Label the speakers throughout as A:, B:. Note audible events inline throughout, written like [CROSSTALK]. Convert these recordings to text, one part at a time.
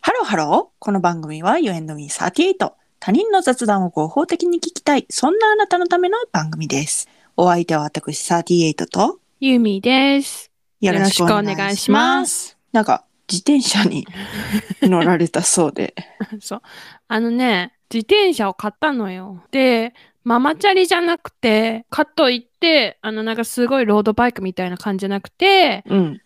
A: ハロー。この番組は You and me38。他人の雑談を合法的に聞きたい。そんなあなたのための番組です。お相手は私38と
B: ユミです。 [LAUGHS]
A: よ。
B: ろしくお願いします
A: なんか自転車に乗られたそう
B: [LAUGHS]
A: で。
B: そう。あのね、自転車を買ったのよ。で、ママチャリじゃなくて、かといって、あの、なんかすごいロードバイクみたいな感じじゃなくて、
A: うん。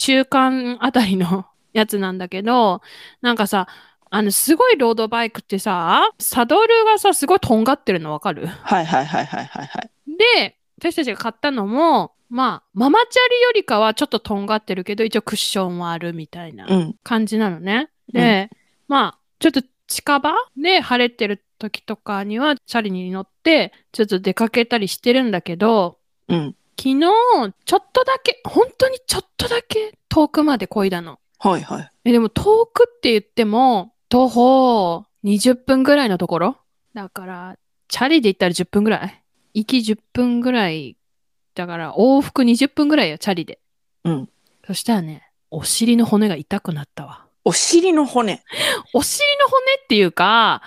B: 中間あたりの [LAUGHS] やつなんだけど、なんかさ、あの、すごいロードバイクってさ、サドルがさ、すごいとんがってるのわかる
A: はいはいはいはいはいはい。
B: で、私たちが買ったのも、まあ、ママチャリよりかはちょっととんがってるけど、一応クッションはあるみたいな。
A: うん。
B: 感じなのね。で、まあ、ちょっと近場で晴れてる時とかには、チャリに乗って、ちょっと出かけたりしてるんだけど、
A: うん。
B: 昨日、ちょっとだけ、本当にちょっとだけ遠くまで漕いだの。
A: はいはい。
B: え、でも遠くって言っても、徒歩20分ぐらいのところだから、チャリで行ったら10分ぐらい行き10分ぐらい。だから、往復20分ぐらいよ、チャリで。
A: うん。
B: そしたらね、お尻の骨が痛くなったわ。
A: お尻の骨。
B: お尻の骨っていうか、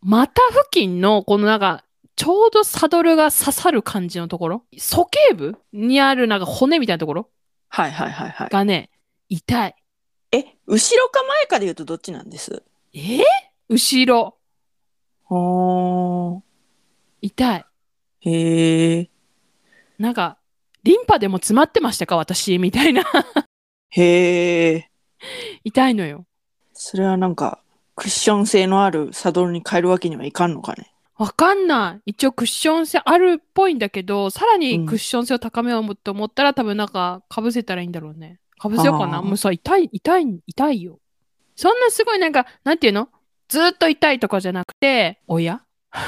B: 股付近の、このなんか、ちょうどサドルが刺さる感じのところ、鼠径部にあるなんか骨みたいなところ
A: はいはいはいは
B: がね、痛い。
A: い。え、後ろか前かで言うとどっちなんです
B: えー後ろ、
A: ほー。
B: 痛い。
A: へー。
B: なんか、リンパでも詰まってましたか私みたいな。 [LAUGHS]
A: へー。
B: 痛いのよ。
A: それはなんか、クッション性のあるサドルに変えるわけにはいかんのかね。
B: わかんない。一応クッション性あるっぽいんだけど、さら
A: うん
B: にクッション性を高めようと思ったら、多分なんか、かぶせたらいいんだろうね。かぶせようか
A: あ
B: な。
A: ー
B: もうさ、痛い、痛い、痛いよ。そんなすごいなんか、なんていうのずーっと痛いとかじゃなくて、おや [LAUGHS]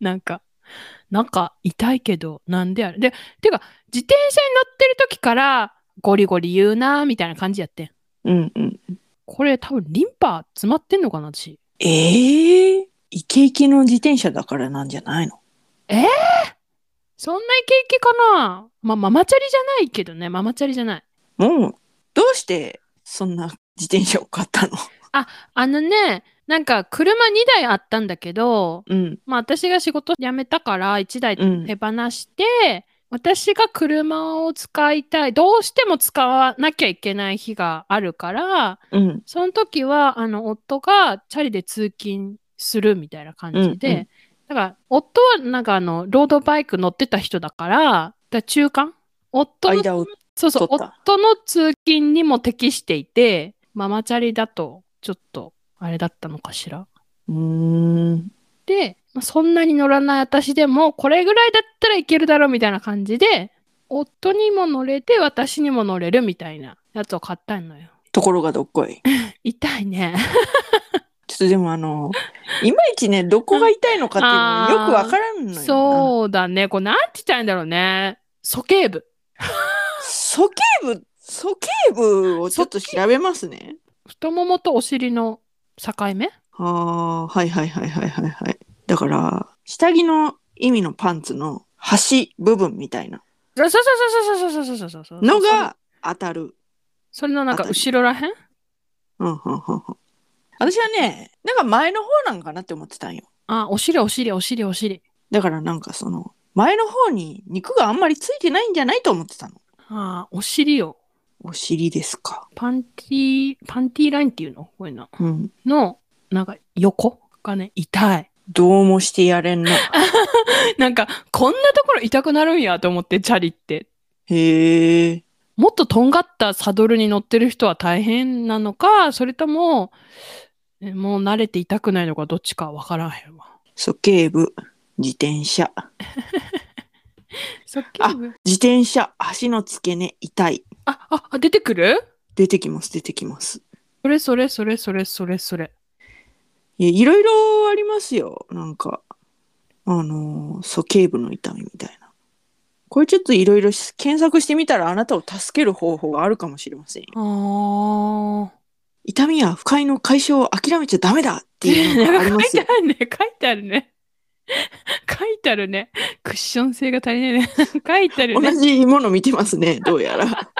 B: なんか、なんか痛いけど、なんであれ。で、てか、自転車に乗ってる時から、ゴリゴリ言うなーみたいな感じやってん。
A: うんうん。
B: これ多分リンパ詰まってんのかな、私。
A: ええー、イケイケの自転車だからなんじゃないの
B: そんなイケイケかなまあ、ママチャリじゃないけどね。ママチャリじゃない。
A: もう、どうしてそんな自転車を買ったの
B: あのね、なんか車2台あったんだけど、
A: [LAUGHS] うん。
B: まあ私が仕事辞めたから1台
A: うん
B: 手放して、私が車を使いたい。どうしても使わなきゃいけない日があるから、
A: うん。
B: その時は、あの、夫がチャリで通勤するみたいな感じで、
A: うんうん
B: だから、夫はなんかあの、ロードバイク乗ってた人だから、だから中間夫の
A: 間を、
B: そうそう、
A: 取った
B: 夫の通勤にも適していて、ママチャリだと、ちょっと、あれだったのかしら。
A: うーん。
B: で、まあそんなに乗らない私でも、これぐらいだったらいけるだろうみたいな感じで、夫にも乗れて、私にも乗れるみたいなやつを買ったのよ。
A: ところがどっこい。
B: 痛いね。
A: ちょっとでもあ [LAUGHS] の、いまいちね、どこが痛いのかっていうのよくわからんのよな。う。
B: そうだね。これなんて言ったらいいんだろうね。鼠径部。
A: 鼠径部、鼠径部をちょっと調べますね。
B: 太ももとお尻の境目
A: ああ、はいはいはいはいはいはい。だから、下着の意味のパンツの端部分みたいな
B: そうそうそうそうそうそうそうそう。
A: の、が当たる。
B: それのなんか後ろらへん
A: うんうんうんうん。私はね、なんか前の方なんかなって思ってたんよ。
B: あ、お尻お尻お尻お尻。
A: だからなんかその、前の方に肉があんまりついてないんじゃないと思ってたの。
B: ああ、お尻を。
A: お尻ですか。
B: パンティー、パンティーラインっていうのこういうの。
A: うん。
B: の、なんか横がね、痛い。 [LAUGHS]
A: どうもしてや [LAUGHS] れんな。
B: なんか、こんなところ痛くなるんやと思って、チャリって。
A: へえ。
B: もっととんがったサドルに乗ってる人は大変なのか、それとも、えもう慣れて痛くないのか、どっちかわからへんわ。
A: 鼠径部、自転車。
B: さっき
A: あ
B: の
A: 自転車、足の付け根、痛い。
B: あ、あ、あ、出てくる
A: 出てきます、出てきます。
B: それそれそれそれそれそれ。
A: いやいろいろありますよ。なんか、あのー、鼠径部の痛みみたいな。これちょっといろいろ検索してみたらあなたを助ける方法があるかもしれませんよ。
B: あー。
A: 痛みや不快の解消を諦めちゃダメだっていうのがあります
B: 書い
A: よ
B: て。ある [LAUGHS] ね。書いてあるね。書いてあるね。クッション性が足りないね。 [LAUGHS] 書いてある
A: 同
B: ね。
A: じもの見てますね、どうやら。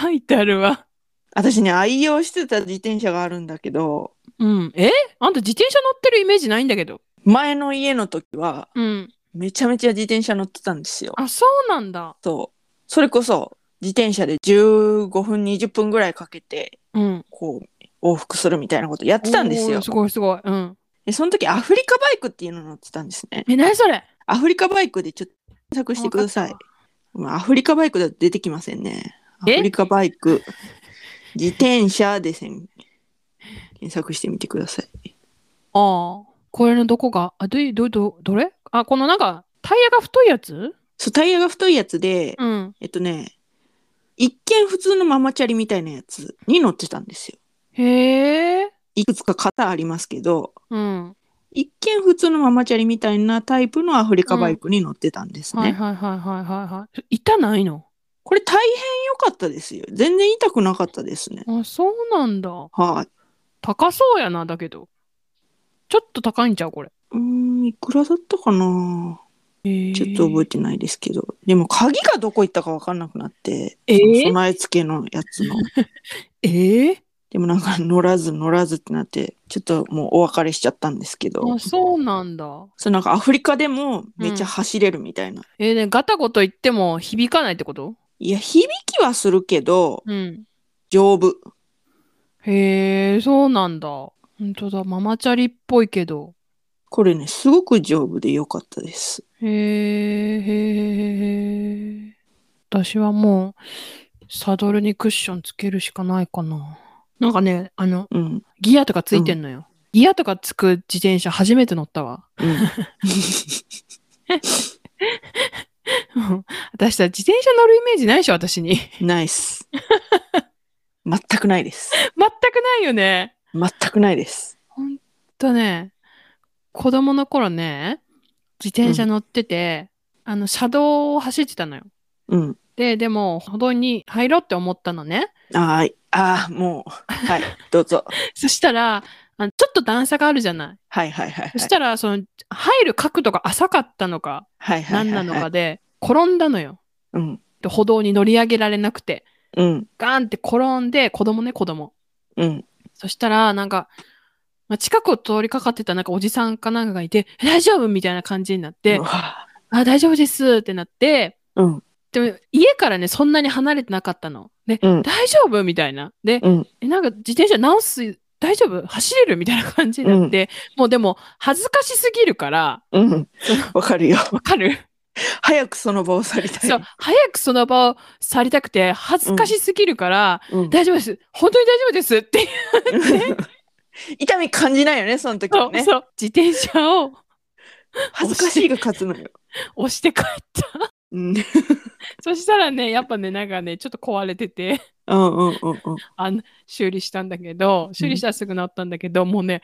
B: 書いてあるわ。
A: 私ね、愛用してた自転車があるんだけど、
B: うん。えあんた自転車乗ってるイメージないんだけど。
A: 前の家の時は、
B: うん。
A: めちゃめちゃ自転車乗ってたんですよ。
B: あ、そうなんだ。
A: そう。それこそ、自転車で15分、20分ぐらいかけて、
B: うん。
A: こう、往復するみたいなことやってたんです
B: お
A: よ
B: ー。すごいすごい。うん。
A: で、その時、アフリカバイクっていうの乗ってたんですね。
B: え、何それ
A: アフリカバイクでちょっと検索してください
B: わか。
A: まあアフリカバイクだと出てきませんね。ア
B: え
A: フリカバイク、自転車でせん検索してみてください。
B: ああ。これのどこがあ、どい、ど、ど、どれあ、このなんか、タイヤが太いやつ
A: そう、タイヤが太いやつで、
B: うん。
A: えっとね、一見普通のママチャリみたいなやつに乗ってたんですよ。
B: へえ。
A: いくつか型ありますけど、
B: うん。
A: 一見普通のママチャリみたいなタイプのアフリカバイクに乗ってたんですね。
B: はいはいはいはいはいはい。痛ないの
A: これ大変良かったですよ。全然痛くなかったですね。
B: あ、そうなんだ。
A: はい、
B: 高そうやな、だけど。ちょっと高いんちゃうこれ。
A: うーん、いくらだったかなちょっと覚えてないですけど。でも鍵がどこ行ったか分かんなくなって、
B: えー
A: その備え付けのやつの。
B: えて。え
A: でもなんか乗らず乗らずってなって、ちょっともうお別れしちゃったんですけど
B: ー、。あ、そうなんだ。
A: そうなんかアフリカでもめっちゃ走れるみたいな。
B: えー、ね、ガタゴト言っても響かないってこと
A: いや、響きはするけど、
B: うん。
A: 丈夫。
B: へえ、そうなんだ。ほんとだ、ママチャリっぽいけど。
A: これね、すごく丈夫で良かったです。
B: へえ、へえ、へえ。私はもう、サドルにクッションつけるしかないかな。なんかね、あの、
A: うん。
B: ギアとかついてんのよ。ギアとかつく自転車初めて乗ったわ。 [LAUGHS]
A: うん。
B: うん私さ、自転車乗るイメージないでしょ、私に。全 [LAUGHS]
A: ナイス。全くないです。
B: くないよね。
A: 全くないです。
B: とね、子供の頃ね、自転車乗ってて、あの、車道を走ってたのよ。
A: うん。
B: で、でも、歩道に入ろうって思ったのね。 [LAUGHS]
A: あーあー、もう。はい、どうぞ。
B: そしたら、あのちょっと段差があるじゃない。
A: はいはいはいはい。
B: そしたら、その、入る角度が浅かったのか、
A: はいはいはい
B: 何
A: は
B: ないのかで、転んだのよ。
A: うん。
B: で歩道に乗り上げられなくて、
A: うん。
B: ガーンって転んで、子供ね、子供。
A: うん。
B: そしたら、なんか、まあ、近くを通りかかってたなんかおじさんかなんかがいて、え大丈夫みたいな感じになって
A: う、わ
B: あ、大丈夫ですってなって、
A: うん。
B: でも家からね、そんなに離れてなかったの。で、
A: うん。
B: 大丈夫みたいな。で、
A: うん
B: えなんか自転車直す、大丈夫走れるみたいな感じになって、もうでも恥ずかしすぎるから、
A: うん。わかるよ。
B: わかる、
A: 早くその場を去りたい。
B: そう、早くその場を去りたくて、恥ずかしすぎるから、
A: うん。
B: 大丈夫です。本当に大丈夫ですってい
A: [LAUGHS]
B: う
A: 痛み感じないよね、その時
B: の
A: は
B: を、
A: ね。
B: そう自転車を
A: 恥ずかしいが勝つのよ。
B: 押して帰った。
A: うん。
B: そしたらね、やっぱね、なんかね、ちょっと壊れてて、
A: うんうんうんうん。
B: あの修理したんだけど、修理したらすぐ治ったんだけど、もうね、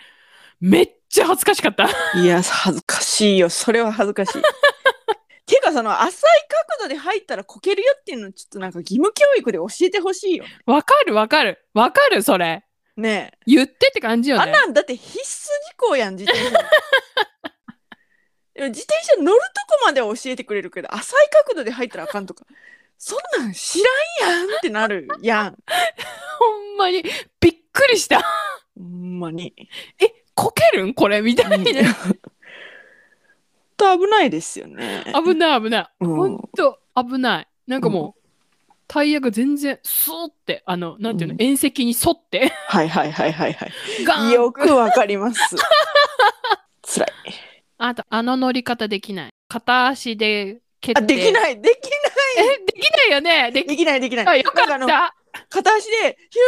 B: めっちゃ恥ずかしかった。 [LAUGHS]
A: いや、恥ずかしいよ。それは恥ずかしい。 [LAUGHS] ていうか、その浅い角度で入ったらこけるよっていうの、ちょっとなんか義務教育で教えてほしいよ。
B: わかるわかる。わかる、それ。
A: ねえ。
B: 言ってって感じよ
A: あん
B: ね。
A: なんだって必須事項やん、自転車。でも自転車乗るとこまでは教えてくれるけど、浅い角度で入ったらあかんとか。そんなん知らんやんってなるやん。
B: ほんまに、びっくりした。 [LAUGHS]
A: ほんまに。
B: え、こけるんこれみたいな。
A: と危ないですよね。
B: [LAUGHS] 危ない危ない。
A: うん
B: ほんと、危ない。なんかもう、タイヤが全然、スーって、あの、なんていうの、
A: うん
B: 縁石に沿
A: [LAUGHS]
B: って、
A: はいはいはいはいはい。
B: ガーン
A: よくわかり
B: [LAUGHS]
A: ます。辛い。
B: あと、あの乗り方できない。片足で蹴って。
A: あ、でき
B: い。
A: ない、でき
B: え、できないよね。でき
A: ない、できない、できない。
B: あ、よか
A: なんかあ
B: っ
A: の
B: た。
A: 片足で、ヒュンヒュンヒ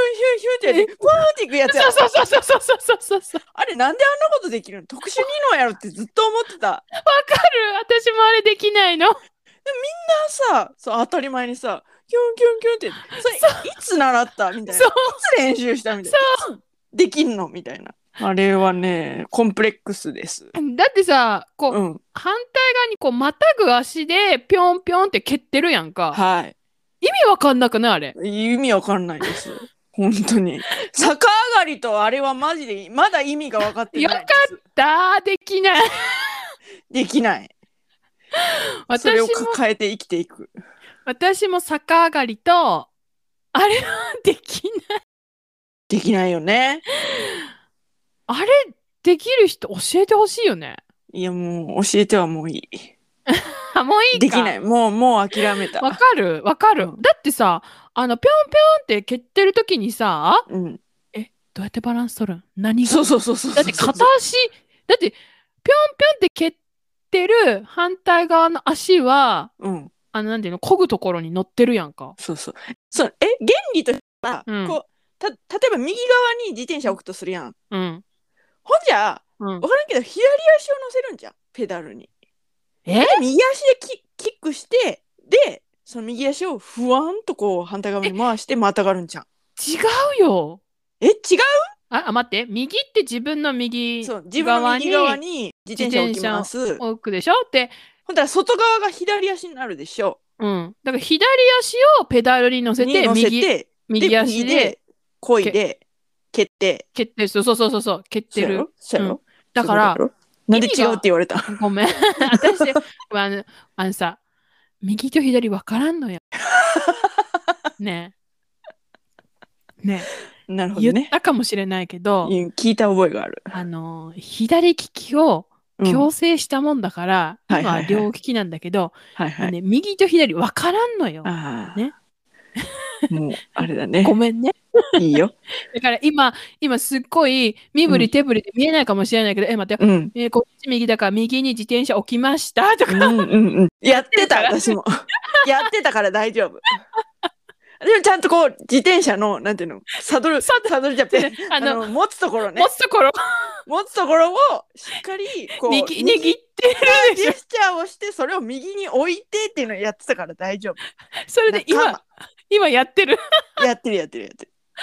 A: ュンってやって、ふわーっていくやつや
B: そうそうそうそうそうそうそうそう。
A: あれ、なんであんなことできるの特殊技能やろってずっと思ってた。
B: わかる。私もあれできないの。
A: さそう当たり前にさキュンキュンキュンってそれいつ習ったみたいな
B: そ。
A: いうつ練習したみたいなそうできんのみたいなあれはねコンプレックスです
B: [LAUGHS] だってさ、こう、
A: うん
B: 反対側にこう、またぐ足で、ぴょんぴょんって蹴ってるやんか。
A: は
B: 意味わかんなくないあれ。
A: い意味わかんないです本当に逆上がりとあれはマジでまだ意味が分かってないです
B: だーできない。
A: できないそ
B: 私
A: れを
B: も、
A: 抱えて生きていく
B: 私も逆上がりと、あれはできない。
A: できないよね。
B: あれできる人教えてほしいよね。
A: いや、もう教えてはもういい。
B: あもういいか。
A: できない。もう、もう諦めた。
B: わかるわかる。だってさ、あの、ぴょんぴょんって蹴ってる時にさ、
A: うん。
B: どうやってバランス取るん何が
A: そうそうそうそうそう。
B: だって片足、だって、ぴょんぴょんって蹴ってる反対側の足は、
A: うん。
B: あの、なんていうの、漕ぐところに乗ってるやんか。
A: そうそう。そう、え、原理としては、
B: うん
A: こう、た、例えば右側に自転車置くとするやん。
B: うん。
A: ほんじゃ、
B: うん
A: わ、からんけど、左足を乗せるんじゃん。ペダルに。
B: え
A: で右足でキキックして、で、その右足をふわんとこう反対側に回してまたがるんじゃん。
B: 違うよ。
A: え、違
B: あ、あ待って、右って自分の
A: う
B: 右
A: そう、自分の
B: 側
A: 右
B: に
A: 側に自転車置きます。
B: 置くでしょって、
A: ほんだら外側が左足になるでしょ。
B: うん。だから左足をペダルに乗せ
A: に
B: て、
A: 乗せ
B: 右、
A: て、
B: 右足で、
A: こいで、蹴って、
B: 蹴ってる。そうそうそうそうそう、蹴っ
A: そう
B: て
A: や
B: る
A: ろ。そうやろ
B: だから
A: そう、いうことやろなんで違うって言われた
B: ごめん。私、あの、あのさ、右と左分からんの
A: [LAUGHS]
B: や。ねえ。ね
A: なるほ
B: え、
A: ど
B: 言っ
A: ね。
B: たかもしれないけど、
A: うん聞いた覚えがある。
B: あの、左利きを
A: うん
B: 強制したもんだから、
A: はいは
B: 今
A: いは
B: はい両利きなんだけど、
A: はいはい。
B: ね、右と左分からんのよ。
A: ああ。
B: ね。
A: もう、あれだね
B: ご。めんね。
A: いいよ。
B: だから今、今すっごい身振
A: う
B: り
A: ん
B: 手振りで見えないかもしれないけど、え、待ってよ、
A: うん。
B: えーこっち右だから右に自転車置きましたと
A: う
B: か、
A: んうんうん。やってた、
B: やってる
A: 私も。 [LAUGHS] やってたから大丈夫。でもちゃんとこう、自転車の、なんていうの、サドル、
B: サ
A: サ
B: ド
A: ドルじゃなく [LAUGHS] て、
B: あ
A: あ
B: の、
A: の、持つところね
B: 持。つところ
A: 持つところを、しっかり、こう、
B: 握握ってるで
A: ジ
B: しょ
A: ェ。スチャーをして、それを右に置いてっていうのをやってたから大丈夫。
B: それで
A: 仲
B: 今
A: 間、
B: 今やってる。
A: やってるやってるやってる。
B: [LAUGHS]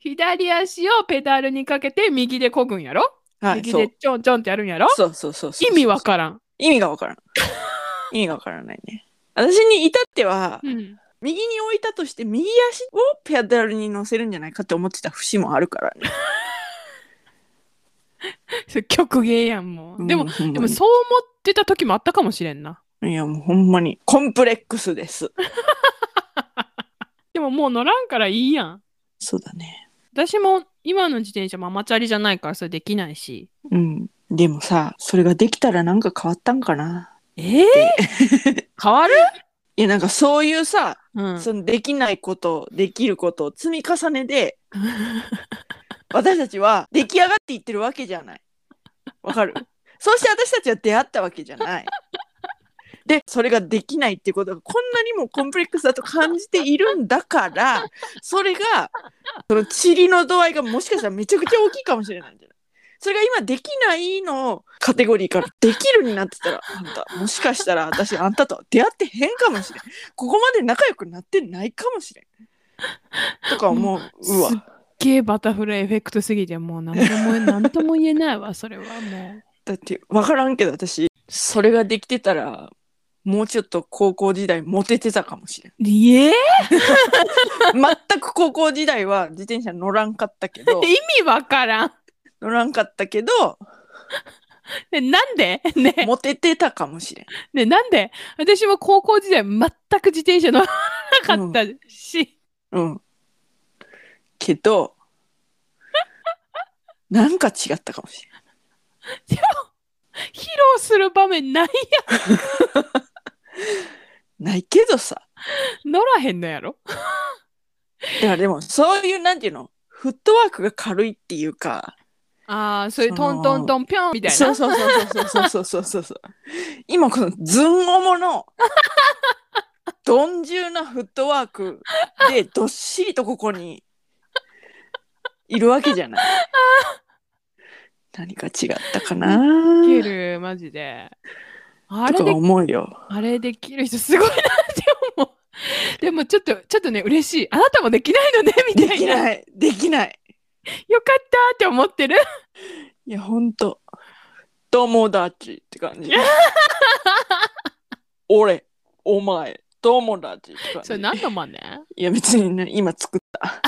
B: 左足をペダルにかけて右で漕ぐんやろ、
A: はい、
B: 右
A: そう
B: で。ちょんちょんってやるんやろ
A: そうそうそうそう。
B: 意味わからん。
A: 意味がわ
B: [LAUGHS]
A: からん。意味がわからないね。私に至っては、
B: うん、 [LAUGHS]
A: 右に置いたとして右足をペダルに乗せるんじゃないかって思ってた節もあるからね。
B: それ極芸やんもう。 [LAUGHS] でも、
A: うん、ほんまに
B: でもそう思ってた時もあったかもしれんな。
A: いやもうほんまにコンプレックスです。
B: でももう乗らんからいいやん。
A: そうだね。
B: 私も今の自転車ママチャリじゃないからそれできないし。
A: うん。でもさ、それができたらなんか変わったんかな。
B: ええ [LAUGHS] 変わる、
A: いやなんかそういうさ、
B: [LAUGHS] うん、
A: そのできないこと、できることを積み重ね
B: [LAUGHS]
A: で、私たちは出来上がっていってるわけじゃない。わかるそうして私たちは出会ったわけじゃない。で、それができないってことがこんなにもコンプレックスだと感じているんだから、それが、その塵の度合いがもしかしたらめちゃくちゃ大きいかもしれないんじゃないそれが今できないのカテゴリーからできるになってたら、あんた、もしかしたら私あんたとは出会ってへんかもしれん。ここまで仲良くなってないかもしれん。とか思う。うわ
B: す。っげえバタフライエフェクトすぎてもう何とも何とも言えないわそれはもう。
A: だって分からんけど私それができてたらもうちょっと高校時代モテてたかもしれん
B: い [LAUGHS] え
A: 全く高校時代は自転車乗らんかったけ
B: [LAUGHS]
A: ど
B: 意味わからん。
A: 乗らんかったけど
B: [LAUGHS] ね、なんで [LAUGHS] ね
A: モテてたかもしれん
B: ね、なんで私も高校時代全く自転車乗らなかったし、
A: うんけ
B: [LAUGHS]
A: どなんか違ったかもしれん
B: 披露する場面ない
A: ないけどさ
B: 乗らへんのやろ
A: だからでもそういうなんていうのフットワークが軽いっていうか
B: ああそういう
A: そ
B: ト
A: の
B: ントントンピョンみたい
A: そ
B: な
A: うそうそうそうそうそうそうそうそう今このずんおもの鈍重なフットワークでどっしりとここにいるわけじゃない
B: [LAUGHS]
A: 何か違ったかな
B: できるマジであれ
A: と
B: で
A: か思うよ
B: あれできる人すごいなって思うでもちょっとちょっとね嬉しいあなたもできな
A: [LAUGHS]
B: いのねみ
A: で
B: たい
A: き
B: な
A: ないできない
B: よかったって思ってる
A: いやほんと友達って感 [LAUGHS] じ俺お前友達って感じ
B: それ何のまね
A: いや別に、ね、今作った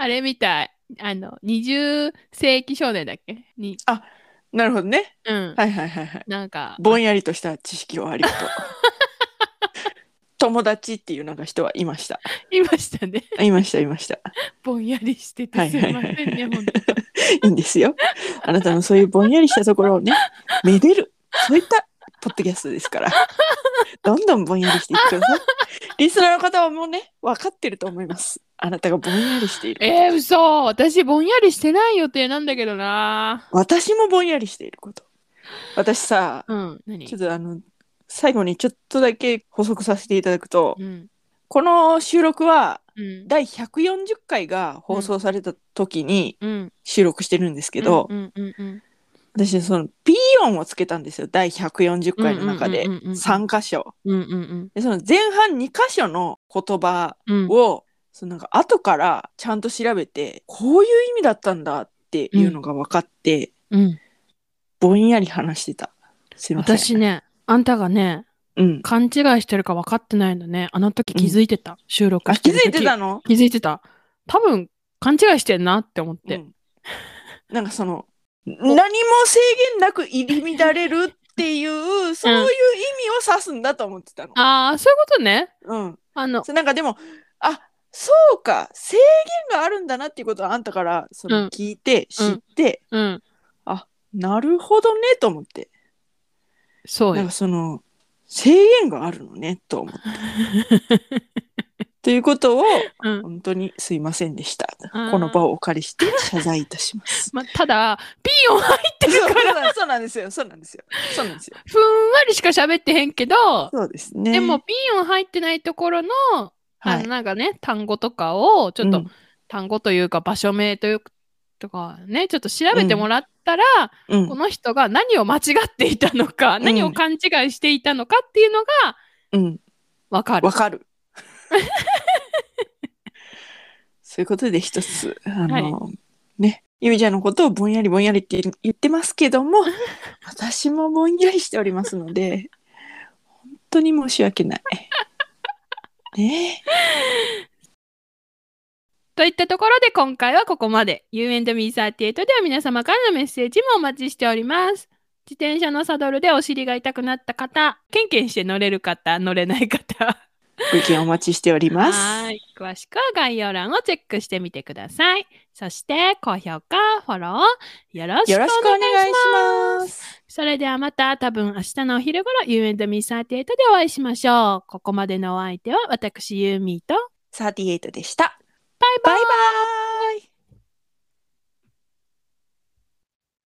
B: あれみたいあの20世紀少年だっけに
A: なるほどね
B: うん、
A: はいはいはいはい
B: なんか
A: [LAUGHS] ぼんやりとした知識をありがとう。友達っていうなんか人はいました。
B: いましたね。
A: いました、いました。
B: ぼんやりして
A: は
B: て
A: い
B: す
A: はい
B: い
A: は
B: ま
A: い
B: せんね、本当
A: いいんですよ。あなたのそういうぼんやりしたところをね、めでる。そういったポッドキャストですから。どんどんぼんやりしていってください。リスナーの方はもうね、分かってると思います。あなたがぼんやりしている。
B: [LAUGHS] えー、嘘私ぼんやりしてない予定なんだけどな
A: 私もぼんやりしていること。私さ、
B: うん、何
A: ちょっとあの、最後にちょっとだけ補足させていただくと、
B: うん、
A: この収録は
B: うん、
A: 第140回が放送された時に
B: うん。
A: 収録してるんですけど、
B: うん、うん、うん。
A: 私その P 音をつけたんですよ第140回の中で
B: うんうんうんうんうん
A: 3箇所
B: うん、うん、
A: でその前半2箇所の言葉
B: うん。
A: を、そのなんか後からちゃんと調べてこういう意味だったんだっていうのが分かって、
B: うん、
A: ぼんやり話してたすいません
B: 私ね、あんたがね、
A: うん、
B: 勘違いしてるか分かってないのね。あの時気づいてた。収録
A: あ
B: して
A: 気
B: る時
A: づいてたの、
B: 気づいてた。多分、勘違いしてんなって思っ
A: う
B: て。
A: ん、なんかその何も制限なく入り乱れるっていうそういう意味を指すんだと思ってたの。
B: ああ、そういうことね。
A: うん
B: あの、
A: そうなんかでもあそうか制限があるんだなっていうことはあんたからそ
B: うん
A: の聞いて、
B: うん
A: 知って、
B: うん、
A: なるほどねと思って
B: そう
A: なん
B: よ
A: か。その制限があるのねと思ってということを
B: うん
A: 本当にすいませんでした
B: あー
A: この場をお借りして謝罪いたします
B: ま、ただ、ピー音入って
A: そう
B: るから、
A: そうなんですよそうなんですよそうなんですよ
B: ふんわりしか喋ってへんけど、
A: そうですね
B: でも、ピー音入ってないところの、
A: は
B: あ
A: い
B: の、なんかね、単語とかを、ちょっ
A: う
B: と
A: ん、
B: 単語というか、場所名というか、とかね、ちょっと調べてもらったら、
A: うん
B: この人が何を間違っていたのか、
A: ん
B: 何を勘違いしていたのかっていうのが
A: うん
B: わかる。
A: わ [LAUGHS] かる。そういうことで一つ、あの、ね、ゆみちゃんのことをぼんやりぼんやりって言ってますけど [LAUGHS] も、私もぼんやりしておりますので、本当に申し訳ない。ね
B: といったところで今回はここまで。U&Me38 では皆様からのメッセージもお待ちしております。自転車のサドルでお尻が痛くなった方、ケンケンして乗れる方、乗れない方。
A: え、ご意見お待ちしておりま
B: は
A: す
B: ー。い。詳しくは概要欄をチェックしてみてください。そして、高評価、フォロー、よろしく
A: よ
B: お
A: ろ
B: 願い
A: し
B: し
A: くお願い
B: ま
A: し
B: す。
A: ます。
B: それではまた多分明日のお昼頃 U&Me38 でお会いしましょう。ここまでのお相手は私ユーミーと
A: 38でした。
B: バイバイ
A: バイバイ